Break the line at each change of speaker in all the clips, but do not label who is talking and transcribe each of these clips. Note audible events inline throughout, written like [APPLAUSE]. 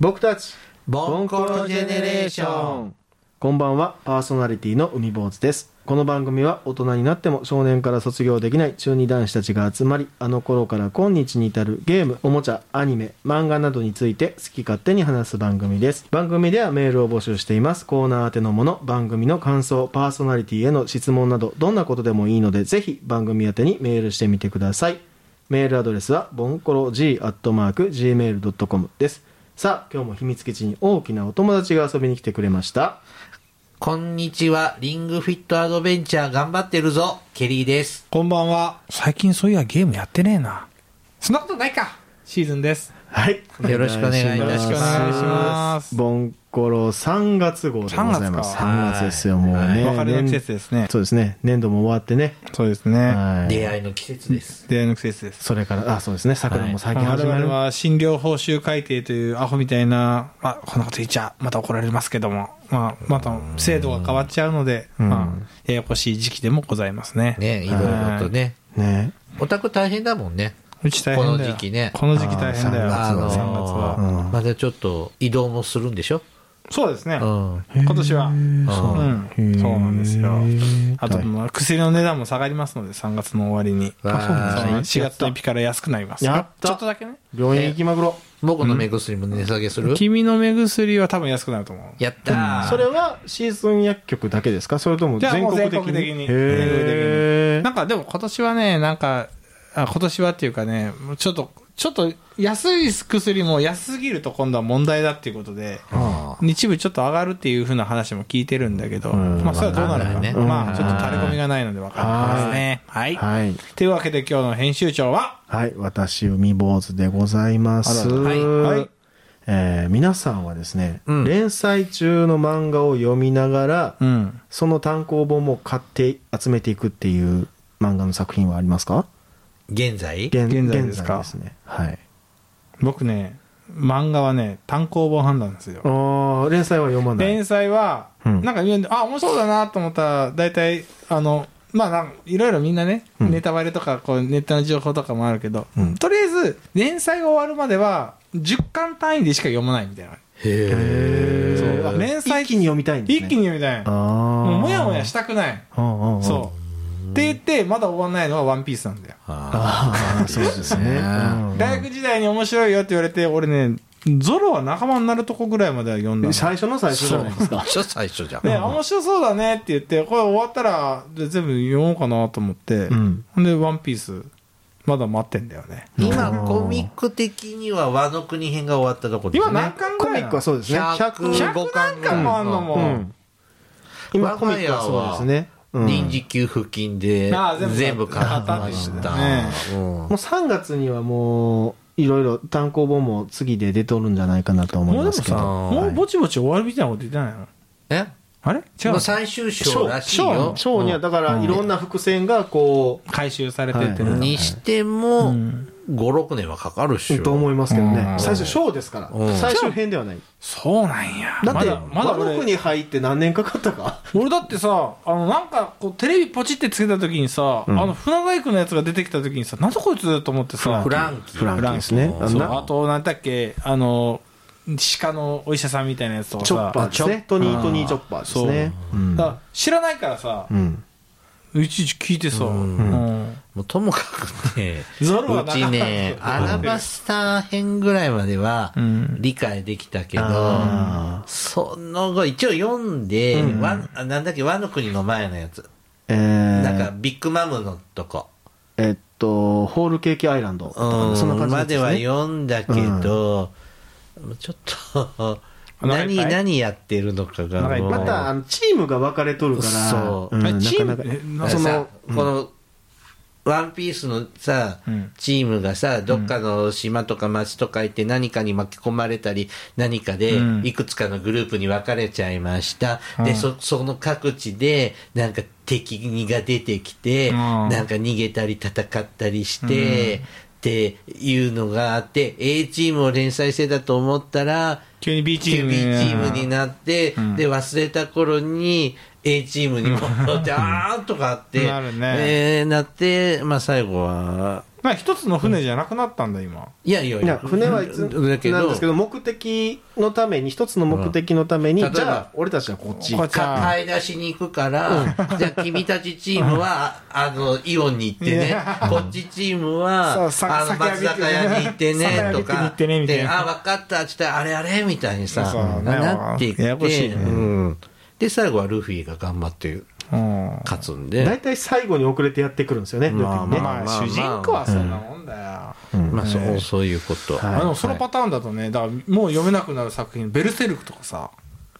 僕たち
ボンコロジェネレーション
こんばんはパーソナリティの海坊主ですこの番組は大人になっても少年から卒業できない中二男子たちが集まりあの頃から今日に至るゲームおもちゃアニメ漫画などについて好き勝手に話す番組です番組ではメールを募集していますコーナー宛てのもの番組の感想パーソナリティへの質問などどんなことでもいいのでぜひ番組宛てにメールしてみてくださいメールアドレスはボンコロ G アットマーク Gmail.com ですさあ今日も秘密基地に大きなお友達が遊びに来てくれました
こんにちは、リングフィットアドベンチャー頑張ってるぞ、ケリーです。
こんばんは。
最近そういやゲームやってねえな。
そんなことないか。シーズンです。
はい
よろしくお願いいたします
よろしくお願いします
ボンコロ3月号でございます
3月か
3月ですよもうね、
別れの季節
年
ですね。
そうですね年度も終わってね
そうですね。
はい
出会いの季節です。
出会いの季節です。
それからあそうですね桜も最近
我
始まる
々は診療報酬改定というアホみたいな、まあ、こんなこと言っちゃ、また怒られますけども、まあ、また制度が変わっちゃうので、まあ、ややこしい時期でもございますね。
ね、いろいろとね。
ね
オタク大変だもんね。
うち大変だよ。
この時期ね
この時期大変だよ。
あ
3
の
月は。
ーまだちょっと移動もするんでしょ
そうですね。
うん。
今年は。うん
へー
そうなんですよ
へー。
あと、まあ薬の値段も下がりますので、3月の終わりに。
わー
そうね4月の1日から安くなります。
やった
ちょっとだけね。
病院行きまぐろ
僕の目薬も値下げする
君の目薬は多分安くなると思う。
やったー。
それはシーズン薬局だけですかそれとも
じゃあ
全
もう
国
全
的に
国的に。
へ
なんかでも今年はね、なんか、あ今年はっていうかね、もうちょっと、ちょっと安い薬も安すぎると今度は問題だっていうことで、
あ
一部ちょっと上がるっていうふうな話も聞いてるんだけど、
ん
まあそれはどうなる
わか
か。
んないね
まあちょっと垂れ込みがないので分かりますね。はい。
はい
というわけで今日の編集長は、
はい、私、海坊主でございます。
あららはい
はい
えー皆さんはですね、
うん
連載中の漫画を読みながら、
うん。
その単行本も買って集めていくっていう漫画の作品はありますか
現在
現
現在ですか
現在ですね。はい。
僕ね、漫画はね、単行本派なんですよ。
ああ、連載は読まない。
連載は、
うん
なんか読んで、あ、面白そうだなと思ったら、大体、あの、まあなんか、いろいろみんなね、
うん
ネタバレとか、こう、ネットの情報とかもあるけど、
うん
とりあえず、連載が終わるまでは、10巻単位でしか読まないみたいな。
へー
そうあ連載
一気に読みたいんです
一
ね。
気に読みたい
ああ。。
な。もうもやもやしたたくない。
うんうんうん
そう。って言って、まだ終わんないのはワンピースなんだよ。
あ
ああ、そうです
[LAUGHS]
ね。うん
大学時代に面白いよって言われて、俺ね、ゾロは仲間になるとこぐらいまでは読んだの。
最初の最初じゃないですか。
ー。ちょっと最初じゃん。
ね、面白そうだねって言って、これ終わったら、じゃあ全部読もうかなと思って、
うん
ほんで、ワンピース、まだ待ってんだよね。
今、コミック的には和の国編が終わったとこですね。
今何巻ぐ
コ
ら
ミ
い
ッ
な
クは
の
そうですね。100
105巻
何巻もあんのも、
うん今
我
コミ
が
ッ
家
クは
は
そうですね。うん
臨時給付金で
ああ全部
全部買ってました。
ね
うん
もう3月にはもう、いろいろ単行本も次で出とるんじゃないかなと思
も
いう
でも
ますけ
さ、
ど。
はい
もうぼちぼち終わるみたいなこと言ってないの
え
あれ違う
も
の
う最終章らしいよ。
章にはだからいろんな伏線がこ
回収されてって、
は
ね
にしても、
ん
5、6年はかかるっ
う、
しょ。
と思いますけど
う
ね。
ん
最初章ですか
う
ら。
ん
最終編ではない。
そうなんや。
だって、
まだ、まだ
和
俺
クに入って何年かかったか
俺だってさ、あの、なんか、こう、テレビポチってつけた時にさ、あの、船大工のやつが出てきた時にさ、なんでこいつと思ってさ、
フランキー。
フランキーですね。あ
そう
な
あと、なんだっけ、あの、鹿のお医者さんみたいなやつとかさ。
チョッパーですね。トニートニーチョッパーですね。うん
だから知らないからさ
う、ん。
いちいち聞いてさ、うん
もうともかくね、
ゾロは
う
なかった
ちね、アラバスター編ぐらいまでは
ん
理解できたけど、
あ
その後一応読んで、わあなんだっけ、ワノ国の前のやつ。
え
なん
ー
かビッグマムのとこ。
えっと、ホールケーキアイランドとか
う
ね。
ん、
そんな感じ
ま
なん
ですは
ね。
読んだけど、ちょっと
お腹い
何
っぱい
何やってるのか
お
が
腹いっぱ
も
いう
また、あの、チームが分かれとるから。
そう
うん
あチーム
なかなか
えな
そ
そ
の
の、このワンピースのさ、
うん
チームがさどっかの島とか町とか行って何かに巻き込まれたり何かで
うん
いくつかのグループに分かれちゃいました、で
うん
そその各地でなんか敵が出てきて、
うん
なんか逃げたり戦ったりして、っていうのがあって A チームを連載してたと思ったら
急に B チーム
B チームになって、
ん
で忘れた頃に A チ
[LAUGHS]
ームに戻って、あーんとかあって
なるね
えーなって、まあ、最後は
まあ一つの船じゃなくなったんだ今
いやいやい
いや
や
船はいつ
だけど
なんですけど目的のために一つの目的のために、
うん
じ
例え
ゃあ
ば
俺たちはこっち
こっち
か買い出しに行くから、じゃあ君たちチーム
[LAUGHS]
は、あの、イオンに行ってね、こっちチームは、
そうさ
あの、
酒
松
屋
坂屋に行って
酒
ね
屋、
と
に行
か
っ、てねみたいな
であ、分かった、つってあれあれみたいにさ、
そうね
なっていって、
ややこしいね
うんで、最後はルフィが頑張って
うん
勝つ
大
んで、
体最後に遅れてやってくるんですよね、
ま
ルフ
あ
ィね
まあ、
まあ
主人公はそんなもんだよ、
まあ、そう、そういうこと。
はい
あでもそのパターンだとねだからもう読めなくなる作品「ベルセルク」とかさ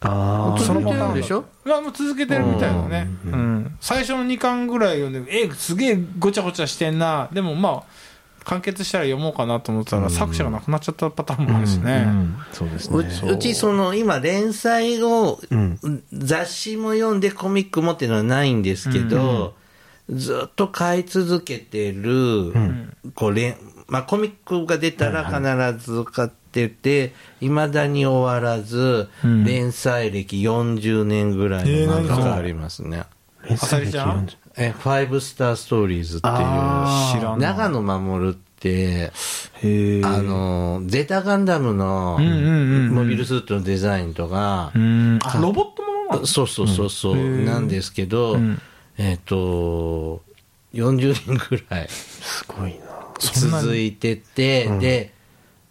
あー
そのパタ
続けてるん
ーンだ
でしょ
いやもう続けてるみたいなね、うん最初の2巻ぐらい読んでえすげえごちゃごちゃしてんなでもまあ完結したら読もうかなと思ったら作者がなくなっちゃったパターンもあるしね、
うんそうです
う
ね
ちうちその今連載を
ん
雑誌も読んでコミックもっていうのはないんですけど、ずっと買い続けてる、こう連まあ、コミックが出たら必ず買ってて、いまだに終わらず、連載歴40年ぐらいの漫画がありますね。
あ
さりちゃん
え、ファイブスターストーリーズっていう、
あ
知らない
長野守って、
へえ
あの、ゼータガンダムの
んうんうんうん
モビルスーツのデザインとか、
うんあロボットものなの
そうそうそうそう、なんですけど、えっ、と、40年ぐらい
すごいな
んなに
続いてて、で、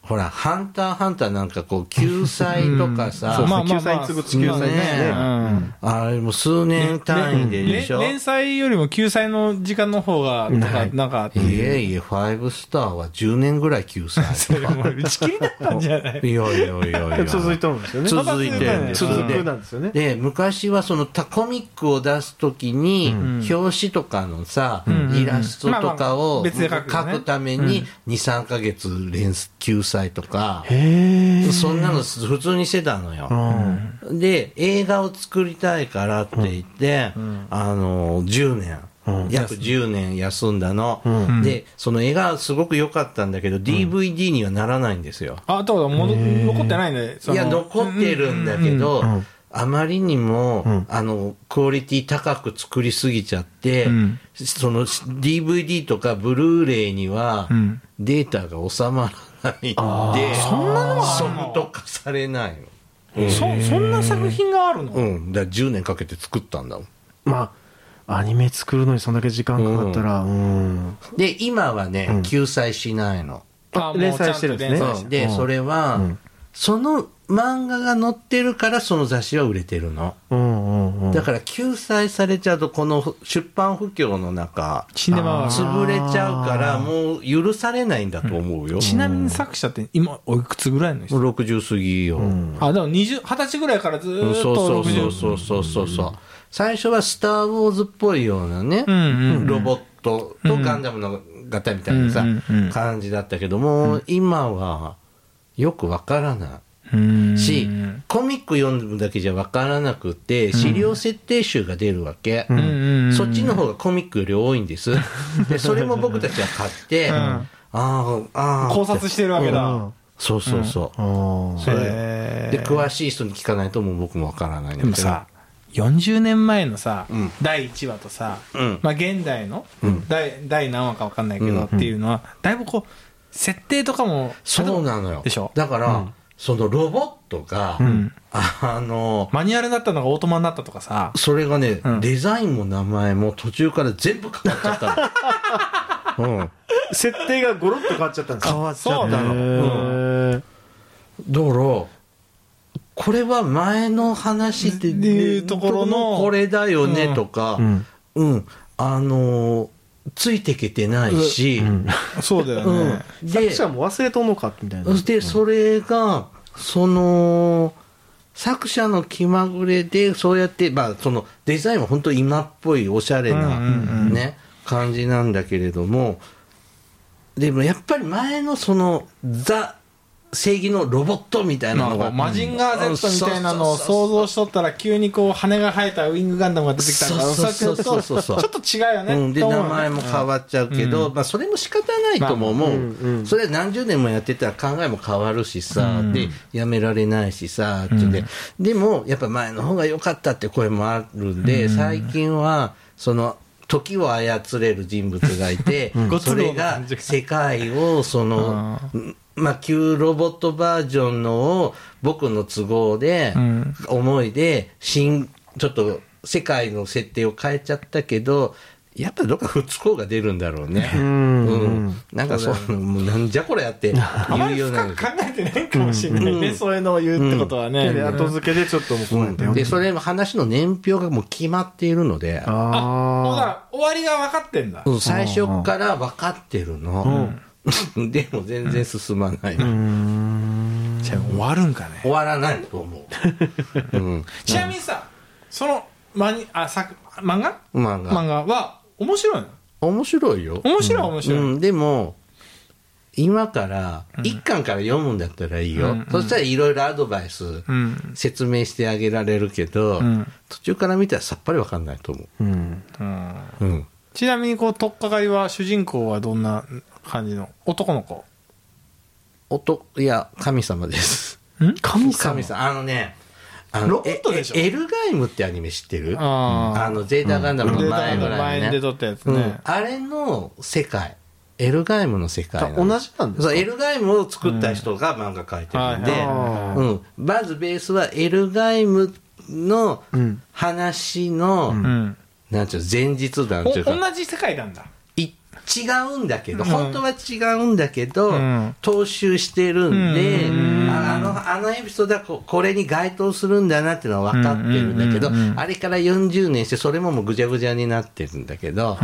ほら、ハンターハンターなんかこう、救済とかさ、
まあ
救済に次ぐ救済ね
まあ
うん
あれもう数年単位でで
連
しょ。
連載よりも救済の時間の方がと
は
か
い
なんか
いえいえ、ファイブスターは10年ぐらい救済
それも打ち切りだったんじゃない
いやいやいやいや。
続いとるんですよね
続いてるんですよ
続くなんですよね
で昔はそのタコミックを出すときに、表紙とかのさ、
ん
イラストとか
まあまあ
を
別で
書
書くよね
くために23か月連休載とか、
へえ
そんなの普通にしてたのよ、で映画を作りたいからって言って、あの10年、約10年休んだの、でその映画はすごく良かったんだけど、DVD にはならないんですよ
あ、だからもの残ってないね。そ
い
の
や、残ってるんだけど、あまりにも、あの、クオリティ高く作りすぎちゃって、
ん
その DVD とかブルーレイには、データが収まらないんで、そんなのソフト化されないの。
うんそそんな作品があるの、
うん。だから10年かけて作ったんだもん。
まあアニメ作るのにそんだけ時間かかったらうん
で、今はね、救済しないの。
あもう
連載してるんですね
ちゃ
う
と連載
ん
して
で、それは、その漫画が載ってるから、その雑誌は売れてるの。
うんうんうん
だから救済されちゃうと、この出版不況の中、
死んでまう
潰れちゃうから、もう許されないんだと思うよ。
ちなみに作者って今おいくつぐらいの人、
もう60過ぎよ。うん
あ、でも20、20歳ぐらいからず
そ
ー
う
っ
そ
と
うそ
60
うそうそうそうそう。最初はスター・ウォーズっぽいようなね、
んうん
ロボットとガンダムの型みたいなさ、
うんうんうん
感じだったけども、今はよくわからな
うーん
いし、コミック読むだけじゃわからなくて、資料設定集が出るわけ。
うんうんうん
そっちの方がコミックより多いんです。
[LAUGHS]
で、それも僕たちは買って、ああ、ああ。
考察してるわけだ。
うん
そうそうそう。
あ
それ
へー
で、詳しい人に聞かないともう僕もわからないんだけど
でもさ、40年前のさ、
うん
第1話とさ、
うん
まあ現代の、
ん
第第何話か分かんないけど、
うん
っていうのは、だいぶこう、設定とかも、
そうなのよ。
でしょ
だから、そのロボットが、
ん
あの、
マニュアルになったのがオートマになったとかさ、
それがね、
うん
デザインも名前も途中から全部変わっちゃった
[LAUGHS]
の。うん。
ー設定がゴロッと変わっちゃったんです
変
か
わっちゃっ
そ
た
うな
の。
へー
だから、これは前の話って
っていうところの
これだよねとか、うん、あのーついてけてないし、うん
そうだよね。
作
で
者も忘れとんのかみたいな
で、それが、その、作者の気まぐれで、そうやって、まあ、そのデザインは本当今っぽいおしゃれな、
うんうんうん
ね、感じなんだけれども、でもやっぱり前のその、ザ、正義のロボットみたいな
な
の
んか
が、
マジンガー Z みたいなのを想像しとったら急にこう羽が生えたウィングガンダムが出てきたりとか
そう
そ
そうう
そ
そうう
そ
そうう
ち
そ
ょ
う
っと違うよね
うん、で
と思う
名
よね
前も変わっちゃうけど、まあ、それも仕方ないとも思う、それ何十年もやってたら考えも変わるしさ、でやめられないしさってねでもやっぱ前の方が良かったって声もあるんで、最近はその時を操れる人物がいて、
ご都
そ
合
れ
な
が
感じが
世界をその、まあ、旧ロボットバージョンのを僕の都合で、
うん
思いで新ちょっと世界の設定を変えちゃったけどやっぱどっか不都合が出るんだろうね。
ん
うんなんかそうもうなんじゃこれやって
あま
言う
り
ような
深く考えてないかもしれないね、
うん
そういうのを言うってことはね、
で後付けでちょっともうこうやって
でそれも話の年表がもう決まっているので
ほ
あ
ら終わりが分かってんだ、
うん最初から分かってるの、 [LAUGHS] でも全然進まない、
あうーん
じゃあ終わるんかね
終わらないと思う、うん、
ちなみにさそのマニあ作漫画
漫画
漫画は面白いの
面白いよ
面白い面白い、
うん、でも今から一巻から読むんだったらいいよ、
うんうん
そしたらいろいろアドバイス
うん
説明してあげられるけど、
うん
途中から見たらさっぱり分かんないと思
うん
うん
う、うん、
ちなみにこう取っかかりは主人公はどんな感じの男の子
音いや神様です
神
神様あのねあの
ロボットでしょ
ええエルガイムってアニメ知ってるあ
あ
のゼータガンダムの
で
前ぐらいの
前
ね
で撮ったやつ
う
ね、
ん、あれの世界エルガイムの世界なん
同
です
じなんです
そ
か
うエルガイムを作った人が漫画描いてるんで、
はい
は
うん、まずベースはエルガイムの
うん
話の、
うん
なんちゅう前日談
お
というか
同じ世界なんだ
い違うんだけど、
うん
本当は違うんだけど、
うん
踏襲してるんで、
うん
ああのあのエピソードはここれに該当するんだなっていうのは分かってるんだけど、
うんうんうん
あれから40年してそれももうぐちゃぐちゃになってるんだけど、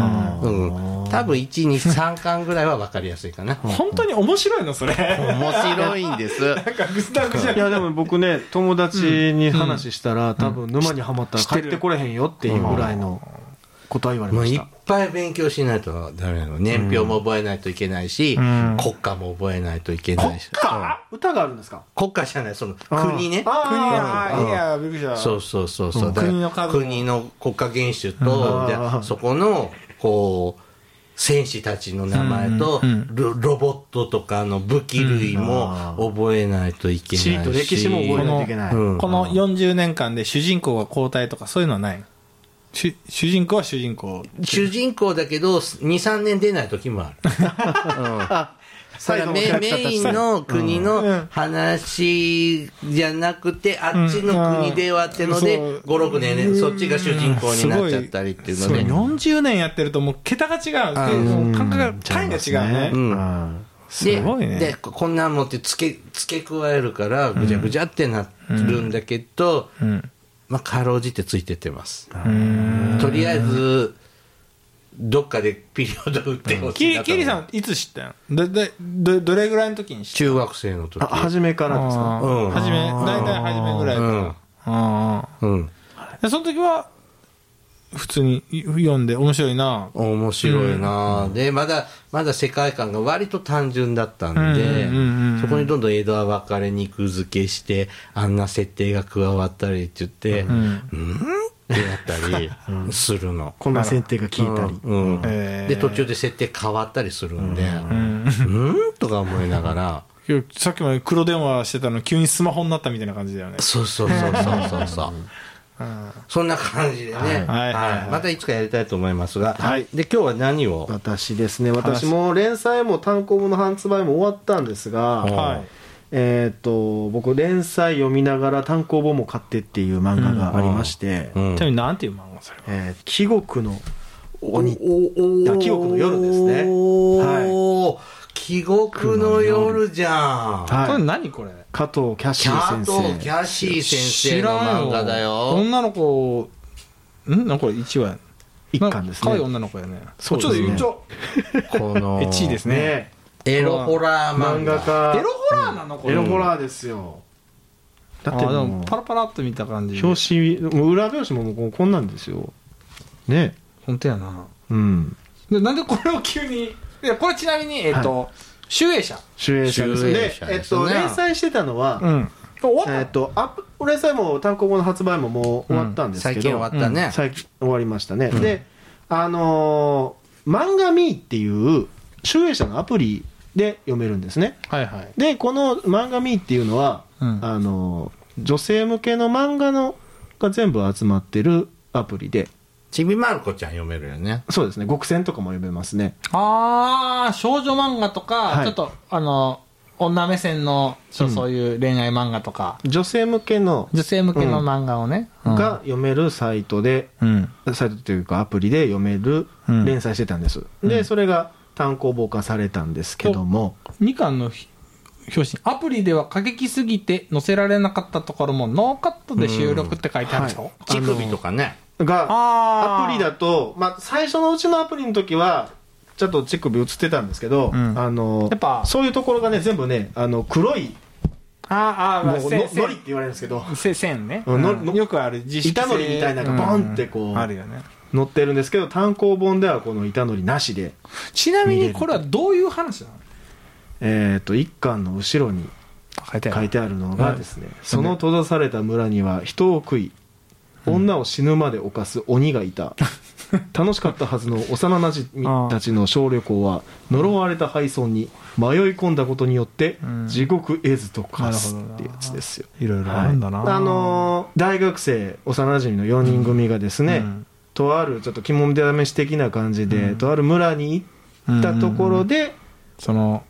うん多分123巻ぐらいは分かりやすいかな面
本当に面白いのそれなん
白いんです
かぐすだぐじゃ
いやでも僕ね友達に話したら、多分沼にはまったら
知って
帰
る
ってこれへんよっていうぐらいのことは言われ
も
ま
う
し、
いったぱい勉強しないとダメなの年表も覚えないといけないし、
ん
国家も覚えないといけないし
あ歌があるんですか
うん国家じゃないその国ね
あ
うん
ーいやびっくりした
そうそうそうそう、
うん
だから
国の数も
国の国家元首と、
うん
じゃあそこのこう戦士たちの名前と、
うんうん
ロロボットとかの武器類も覚えないといけないし、
地理と歴史も覚えないといけない、
うん
この40年間で主人公が交代とかそういうのはないの主主人公は主人公
主人公だけど23年出ない時もある、それはメメインの国の話じゃなくて、あっちの国ではってので、
うん
56年ね、そっちが主人公になっちゃったりっていうの
すご
で、
40年やってるともう桁が違うでもう感覚が単位が違うね
うん
ん
です
ごいね
でここんなんもって付け付け加えるからぐちゃぐちゃってなるんだけど、
うん
まあ、かろうじてついてってます、
うん
とりあえずどっかでピリオド打ってほしい
キ
な
リ
と
キ
思う
リさんいつ知ったのどどどどれぐらいの時に知っ
中学生の時
あ初めか
た
らですか
うん
初め大体初めぐらい
うん
か
うん
らでその時は普通に読んで面白いな
面白いな、あでまだまだ世界観が割と単純だったんで、
うんうんうんうん
そこにどんどん江戸は別れ肉付けしてあんな設定が加わったりって言ってうん、ってなった [LAUGHS] りするの。
こんな選定が聞いたり、
うんうん
えー
で途中で設定変わったりするんでうん、うん [LAUGHS] とか思いながら
今日さっきまで黒電話してたの急にスマホになったみたいな感じだよね
そうそうそうそうそうそうそんな感じでね、はい
はいはい
またいつかやりたいと思いますが、で今日は何を
私ですね私も連載も単行本の発売も終わったんですが、
うん
はい
えっと僕連載読みながら単行本も買ってっていう漫画がありまして、
うん
ちなみになんていう漫画それは
えー貴国の鬼
おお
記憶の夜ですね
おー記憶の夜じゃん。
はい
これ何これ
加藤キャシ
キャ
ー先
ト、キ
生
ャシー先生の漫画だよ。
女の子んなんかこれ1話や
一巻です
可愛い
ね
女の子やね
そうですね
ちょっと言っちゃお
この
う1位ですね
ね
エロホラー漫
漫画
画。
家
エロホラーなのこれ
エロホラーですよだ
あ
って
ーで
も
も
う
パラパラっと見た感じ
表紙もう裏表紙ももうこんなんですよね
本当やな
うん
でなんでこれを急にいやこれちなみにえっと集英社
主演者です
主演
で
者
え
で
っ
すね
と連載してたのは、
ん終わった
えっとアップ連載も単行本の発売ももう終わったんですけ
最
ど、
近終わったね。
最近終わりましたね、であのー漫画ミーっていう集英社のアプリで読めるんですね
はいはい
でこの漫画ミーっていうのは、
うん
あのー女性向けの漫画のが全部集まってるアプリで
ちびまる子ちゃん読めるよね。
そうですね極戦とかも読めますね
ああ、少女漫画とか、
はい
ちょっと、あの、女目線の、そう
うん
そういう恋愛漫画とか、
女性向けの
女性向けの漫画をね。うん
が、読めるサイトで、
うん。
サイトというかアプリで読める
うん
連載してたんです、でそれが単行本化されたんですけども
2巻のひ表紙、アプリでは過激すぎて載せられなかったところも、ノーカットで収録って書いてあるでしょ、
うんはい
乳首とかね。
が
あ
アプリだと、まあ、最初のうちのアプリの時はちょっと乳首映ってたんですけど、
うん
あの
やっぱ
そういうところがね全部ねあの黒い
あーあー、ま
も
あ、
うの
せ
のりって言われるんですけど
せせ線ね、
うんのの
よくある実
板のりみたいなのがボンってこう
あるよね
載ってるんですけど単行本ではこの板のりなしで、
ちなみにこれはどういう話なの
えー、と一巻の後ろに
書いてあ
書い
る
てあるのがですね、その閉ざされた村には人を食い女を死ぬまで犯す鬼がい
[LAUGHS]
た、楽しかったはずの幼なじみたちの小旅行は呪われた廃村に迷い込んだことによって
うん
地獄絵図と化すってやつですよ、
いろいろあ
はい
るんだな、
あのー大学生幼なじみの4人組がですね、
うん
とあるちょっと肝試し的な感じで、
うん
とある村に行ったところで、
その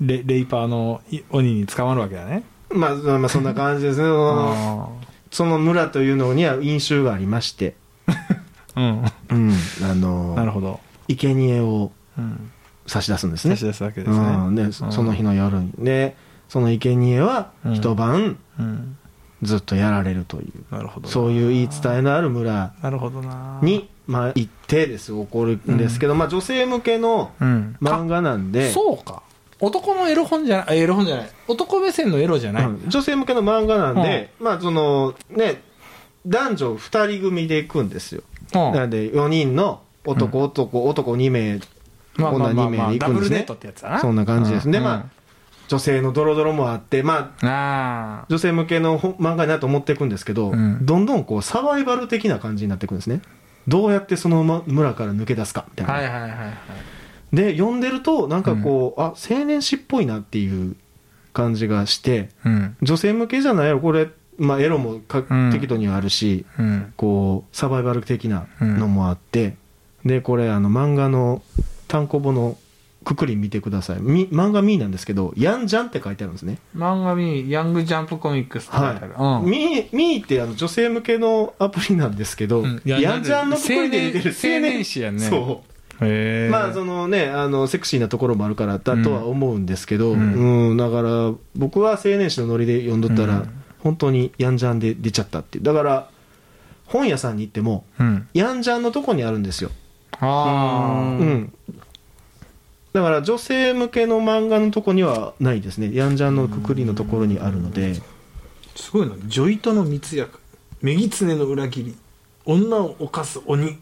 レレイパーのい鬼に捕まるわけだね
まあ、まあそんな感じですねそのその村というのには飲酒がありまして、
あー
うん、あ
うんなる
の
ほど、
生贄を
うん、
差し出すんですね
差し出すわけですね、
うんでそその日の夜にでその生贄は
うん
一晩
うん、
ずっとやられるという、
なるほど
そういう言い伝えのある村
なるほどな、
に、まあ、行ってです起こるんですけど、まあ、女性向けの
うん、
漫画なんで
そうか男のエロ本じゃないエロ本じゃない男目線のエロじゃない、
うん女性向けの漫画なんで、まあそのね男女2人組で行くんですよ、
うん
なんで4人の男男、男2名
まあまあまあ
女
ま
二名
あ
で行
ダ
くん
ブ
ですね
ルデートってやつだな
そんな感じですね
うん
まあ
うん
女性のドロドロもあって、まあ、
あ
女性向けの本漫画になと思っていくんですけど、
うん
どんどんこうサバイバル的な感じになっていくんですね。どうやってそのま村から抜け出すかみたい
あ
な。
はいはいはいはい
で、読んでると、なんかこう、あ、青年誌っぽいなっていう感じがして、
うん
女性向けじゃないやろ、これ、まあ、エロもか、
うん
適度にはあるし、
うん
こう、サバイバル的なのもあって、で、これ、あの、漫画の単行本のくくり見てください。み漫画ミーなんですけど、ヤンジャンって書いてあるんですね。
漫画にヤングジャンプコミックスって書いてある、
はい、
うん
ミーミーってあの女性向けのアプリなんですけど、
うんいや
ヤンジャンのくくりで出てる
青年青年誌やね
そう、
へえ
まあそのねあのセクシーなところもあるからだとは思うんですけど、う
うんん
だから僕は青年誌のノリで読んどったら、
うん
本当にヤンジャンで出ちゃったっていうだから本屋さんに行っても
うん
ヤンジャンのとこにあるんですよ、
あ
う
ー
んだから女性向けの漫画のとこにはないですねヤンジャンのくくりのところにあるので、
すごいな「女糸の密約」「女狐の裏切り」「女を犯す鬼」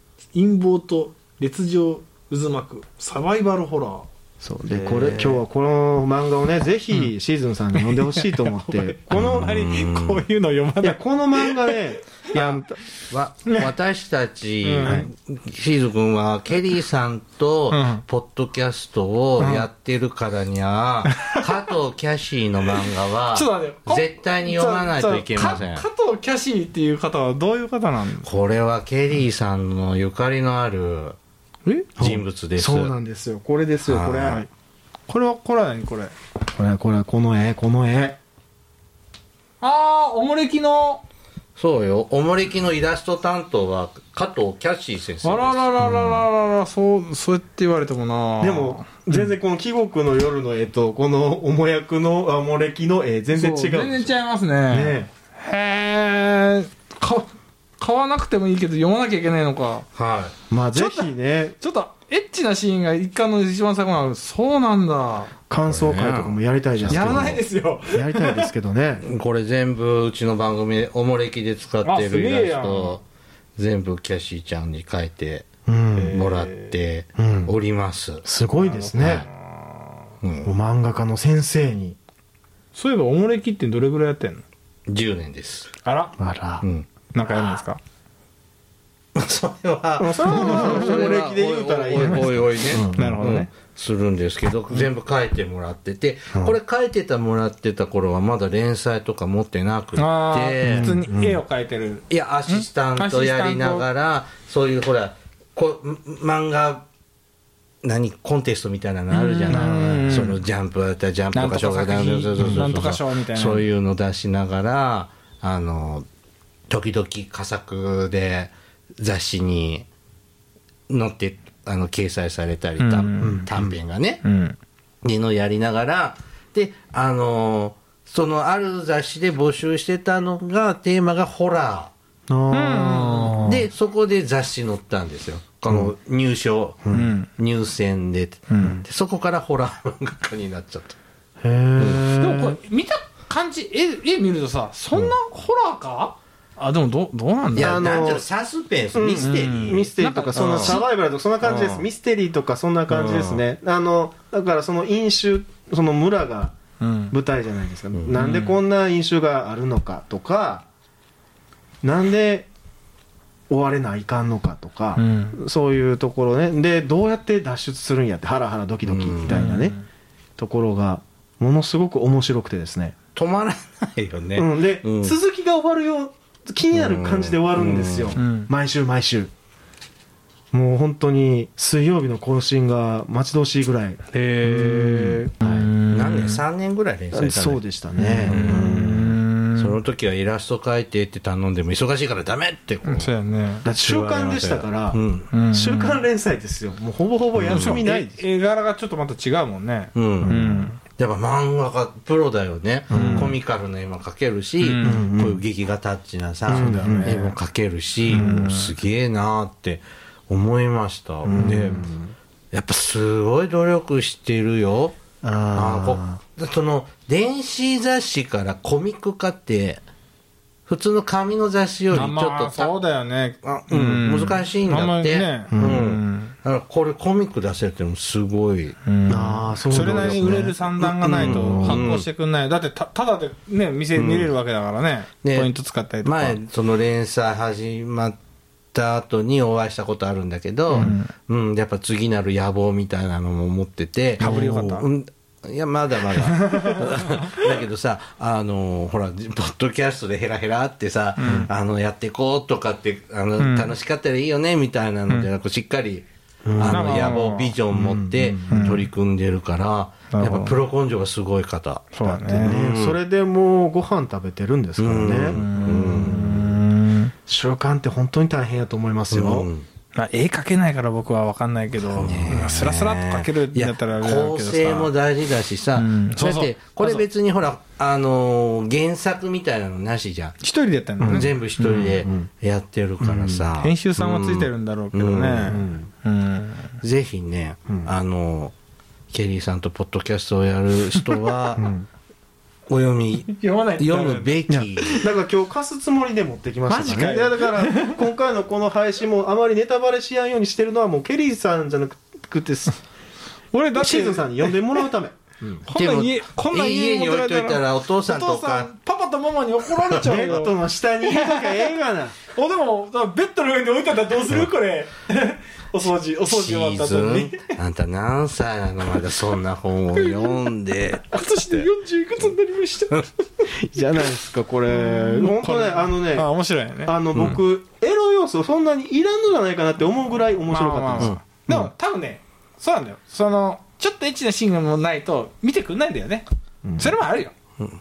「陰謀と劣情渦巻く」「サバイバルホラー」
そうでこれ今日はこの漫画をねぜひシーズンさんに読んでほしいと思 [LAUGHS] って、この
あんまりこういうの読ま
い
ない
やこの漫画ねいや
わ、私たち、シーズ君は、ケリーさんと
うん、
ポッドキャストをやってるからに
[LAUGHS]
ゃ、加藤キャシーの漫画は
ちょっと待ってよ、
絶対に読まないといけません
か。加藤キャシーっていう方はどういう方なん
これはケリーさんのゆかりのある
え
人物です。
そうなんですよこれですよこれ
は
これはこれは何これ
これこれこの絵この絵
ああおもれきの
そうよ。おもれきのイラスト担当は加藤キャシー先
あ
生
ら
で
ららららららそうそうやって言われてもな
でも全然この「貴国の夜」の絵とこの「おもやくのあもれき」の絵全然違う
そ全然違いますね
ね
へえか買わなくてもいいけど読まなきゃいけないのか
す。はい。
まあぜひね
ちょっとエッチなシーンが一巻の一番最後なのそうなんだ
感想会とかもやりたいですけど
やらないですよ
やりたいですけどね
これ全部うちの番組でおもれきで使ってるイラストを全部キャシーちゃんに書いて
うん
もらって
うん
おります、
すごいですね
うん
漫画家の先生に
そういえばおもれきってどれぐらいやってんの
10年です、
あら
あら
うん、
なんかやるんですか
それは、
それは
それは
歴で言うたらいいじゃないですか
おいおいおいおいね。
なるほどね
するんですけど、全部書いてもらってて、これ書いてたもらってた頃はまだ連載とか持ってなく
ああ
て
普、通に絵を描いてる
いや、アシスタントやりながら、そういうほら、こん漫画、何コンテストみたいなのあるじゃ
う
なんいそのジャンプだったらジャンプとか賞
なんとか作品
そうそうそうそう
なんとか賞みたいな
そういうの出しながらあの時々佳作で雑誌に載ってあの掲載されたりた
うん
短編がね、
うん
っていうのをやりながら、で、あのーそのある雑誌で募集してたのが、テーマがホラー。で、そこで雑誌載ったんですよ。この入賞、
ん
入選で,、で。そこからホラー漫画家になっちゃった。
でもこれ見た感じ絵絵見るとさそんなホラーかあでもどうどうなん
い
だ
や、
あのー
なんちゃらサスペンス、ミステリー。
ミステリーとかそんなサバイバルとかそんな感じですミステリーとかそんな感じですねあのだからその飲酒その村が
うん
舞台じゃないですかなんでこんな飲酒があるのかとかなんで追われないかんのかとか
うん
そういうところねでどうやって脱出するんやってハラハラドキドキみたいなねところがものすごく面白くてですね
止まらないよね。
うん、で、
うん
続きが終わるよ気になる感じで終わるんですよ、
ん
毎週毎週もう本当に水曜日の更新が待ち遠しいぐらい、
へえ
何年 ?3 年ぐらい連載した
そ
の
うでしたね、
その時はイラスト描いてって頼んでも忙しいからダメってこう
そうやね
だって週刊でしたから、
うん。
うん
週刊連載ですよもうほぼほぼ休みない、
絵絵柄がちょっとまた違うもんね
うん
うん
やっぱ漫画家プロだよね、コミカルな絵も描けるし、
うん
こういう劇画タッチなさ、
そうだね
絵も描けるし、もうすげえなーって思いました、でやっぱすごい努力してるよ
あー
あのこその電子雑誌からコミック化って普通の紙の雑誌よりちょ
あ
っと
まあ
た
そうだよね
あうん難しいん
あ
だ
ま
っ
り
て、
ね
うん
うん
だからこれコミック出せるってのもすごい、
ああそう
そ
なん
れな
で
り
す
に売
ね
れる算段がないと発行してくんないだってたただでね店見れるわけだからね
で
ポイント使ったりとか
前その連載始まった後にお会いしたことあるんだけど、うんやっぱ次なる野望みたいなのも持ってて
かぶりよかった
うんいやまだま [LAUGHS] だだけどさあのほらポッドキャストでヘラヘラってさ、あのやっていこうとかってあの、楽しかったらいいよねみたいなのじゃなくしっかり、あの野望ビジョン持って取り組んでるから、
うん
やっぱプロ根性がすごい方。
そうだ
ね
ね
それでもうご飯食べてるんですからね、週刊って本当に大変やと思いますよ、
うん
まあ、絵描けないから僕は分かんないけど、まあスラスラっと描けるんだったらあれだけど
構
さ
成も大事だしさ、
うん
そうや
そ
っ
うそう
てこれ別にほら、あのー原作みたいなのなしじゃん、
一人でやったんだよね、
全部一人でやってるからさ、
編集さんはついてるんだろうけどね、うん
ぜひね、あのーケリーさんとポッドキャストをやる人
[LAUGHS]
は、お読み
読まないとダ
読
メだね
むべき
だから今日貸すつもりで持ってきましたからね。
マジかよ
いやだから今回のこの配信もあまりネタバレしないようにしてるのはもうケリーさんじゃなくてシ
俺だって
ーズンさんに呼んでもらうため。
こんなん家
でも
こんなん家
家
に
に置いといたらお父さん
お
と
父
か
さんパパとママに怒られちゃ
ベ
う
ッド
よ
の下にいるとかええがな。
おでもだからベッドの上に置いてたらどうするこれ [LAUGHS] お掃除お掃
シ
除終わっ
ー
た
ズ
後に
ンあんた何歳なのまだそんな本を読んで
[LAUGHS] 私で40いくつになりました
じゃないですかこれ。本当ねあのね
[LAUGHS] あ面白いよね
あの僕、エロ要素そんなにいらんのじゃないかなって思うぐらい面白かったです。
まあまあまあでも多分ねそうなんだよそのちょっとエッチなシーンがもうないと見てくんないんだよね、それもあるよ、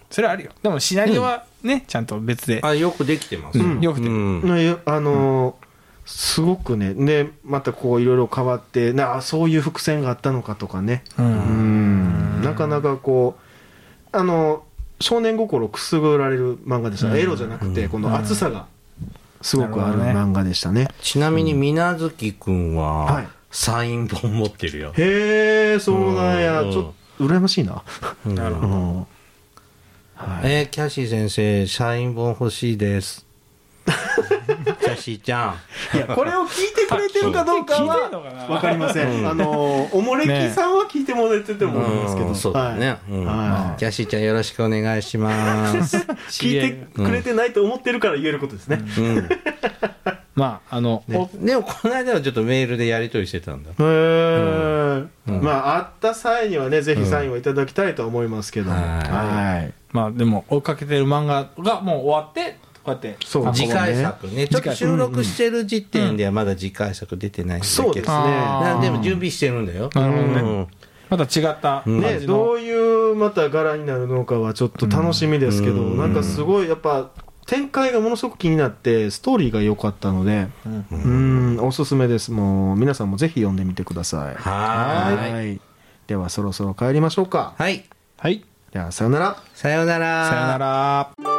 それはあるよでもシナリオはね、ちゃんと別で
あよくできてます、
うん
よくて、
うん
ねよあのーすごくねねまたこういろいろ変わってなあそういう伏線があったのかとかね。うんなかなかこうあの少年心をくすぐられる漫画でした、エロじゃなくてこの熱さがすごくある
なるほど
漫画でしたね,、
ちなみに、みなずきくん
は、
はいサイン本持ってるよ。
へえそうなんや
うん
ちょっと羨ましいな、
なる
う
ほど。
んはい、
えー、キャシー先生、サイン本欲しいです。キャシーちゃん。
いやこれを聞いてくれてるかどうか
聞いてんのか
は
な
分かりません、あのおもれきさんは聞いてもらえててもいいんですけど、
うんそうだね。うん
はい
キャシーちゃんよろしくお願いします。
[LAUGHS] 聞いてくれてないと思ってるから言えることですね、
うん。
まあ、あの、
ねでもこの間はちょっとメールでやり取りしてたんだ
へえ、まあ会った際にはねぜひサインをいただきたいとは思いますけども、
うん
はい
まあでも追いかけてる漫画がもう終わって、こうやって。
そう
あ
ね
次回作ねちょっと収録してる時点ではまだ次回作出てないんだけど、
そうですね
あ
なでも準備してるんだよ
なるほどね
うん
また違った感
ね
じの。
どういうまた柄になるのかはちょっと楽しみですけど、
うん
なんかすごいやっぱ展開がものすごく気になってストーリーが良かったのでうんおすすめですもう皆さんもぜひ読んでみてください
はーい
いではそろそろ帰りましょうか
はい
はい。
ではさよなら
さようなら
さよなら。